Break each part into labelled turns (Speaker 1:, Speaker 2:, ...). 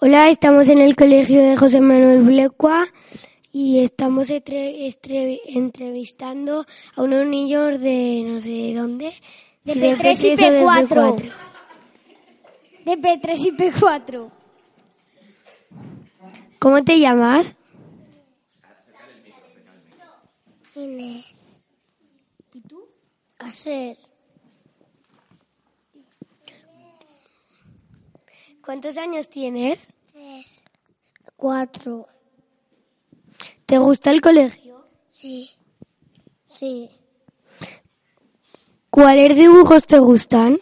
Speaker 1: Hola, estamos en el colegio de José Manuel Blecua y estamos estre- estre- entrevistando a unos niños de no sé dónde.
Speaker 2: De
Speaker 1: Sí,
Speaker 2: P3
Speaker 1: P3 o
Speaker 2: y
Speaker 1: de
Speaker 2: P4.
Speaker 1: P4.
Speaker 2: De P3 y P4.
Speaker 1: ¿Cómo te llamas?
Speaker 2: Inés. ¿Y tú? Hacer.
Speaker 1: ¿Cuántos años tienes?
Speaker 2: Tres. Cuatro.
Speaker 1: ¿Te gusta el colegio?
Speaker 2: Sí. Sí.
Speaker 1: ¿Cuáles dibujos te gustan?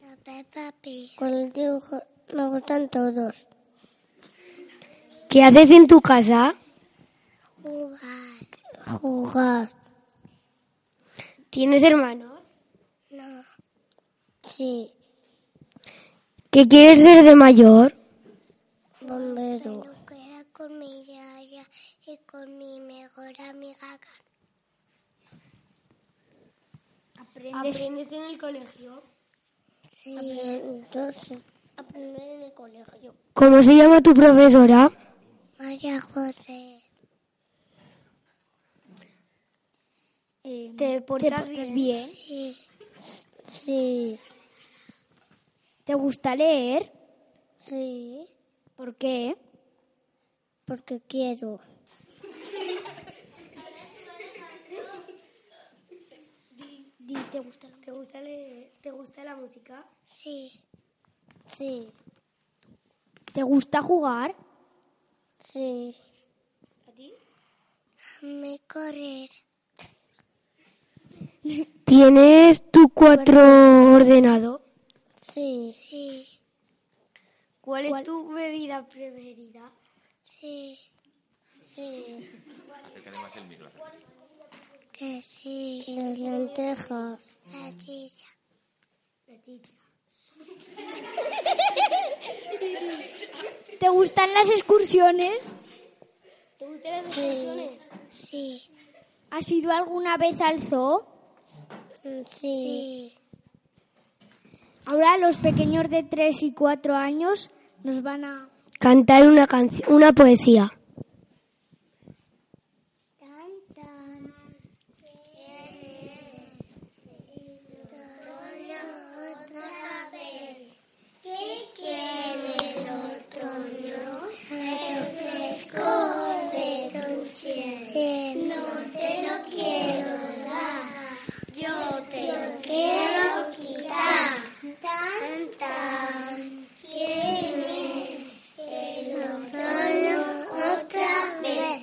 Speaker 2: La Peppa Pig. Con el dibujo me gustan todos.
Speaker 1: ¿Qué haces en tu casa?
Speaker 2: Jugar. Jugar.
Speaker 1: ¿Tienes hermanos?
Speaker 2: No. Sí.
Speaker 1: ¿Qué quieres ser de mayor?
Speaker 2: Bombero. Peluquera con mi yaya y con mi mejor amiga. ¿Aprendes,
Speaker 1: en el colegio?
Speaker 2: Sí. Aprendo, Aprender en el colegio.
Speaker 1: ¿Cómo se llama tu profesora?
Speaker 2: María José.
Speaker 1: Eh, ¿Te portas bien?
Speaker 2: Sí. Sí.
Speaker 1: ¿Te gusta leer?
Speaker 2: Sí.
Speaker 1: ¿Por qué?
Speaker 2: Porque quiero.
Speaker 1: ¿te, gusta la ¿Te, gusta leer? ¿Te gusta la música?
Speaker 2: Sí. Sí.
Speaker 1: ¿Te gusta jugar?
Speaker 2: Sí. ¿A ti? Me correr.
Speaker 1: ¿Tienes tu cuatro ordenado?
Speaker 2: Sí. Sí.
Speaker 1: ¿Cuál, es tu bebida preferida?
Speaker 2: Sí. Sí. Que sí. Las lentejas. La chicha. La chicha.
Speaker 1: ¿Te gustan las excursiones?
Speaker 2: ¿Te gustan las excursiones? Sí.
Speaker 1: ¿Has ido alguna vez al zoo?
Speaker 2: mm, Sí. Sí.
Speaker 1: Ahora los pequeños de 3 y 4 años nos van a cantar una canción, una poesía.
Speaker 2: Tan, tan. ¿Quién es? Otoño otra vez. ¿Qué quiere el otoño? El frescor de tu cielo. No te lo quiero dar, yo te lo quiero quitar. Tan, tan. ¿Quién es? El otoño otra vez.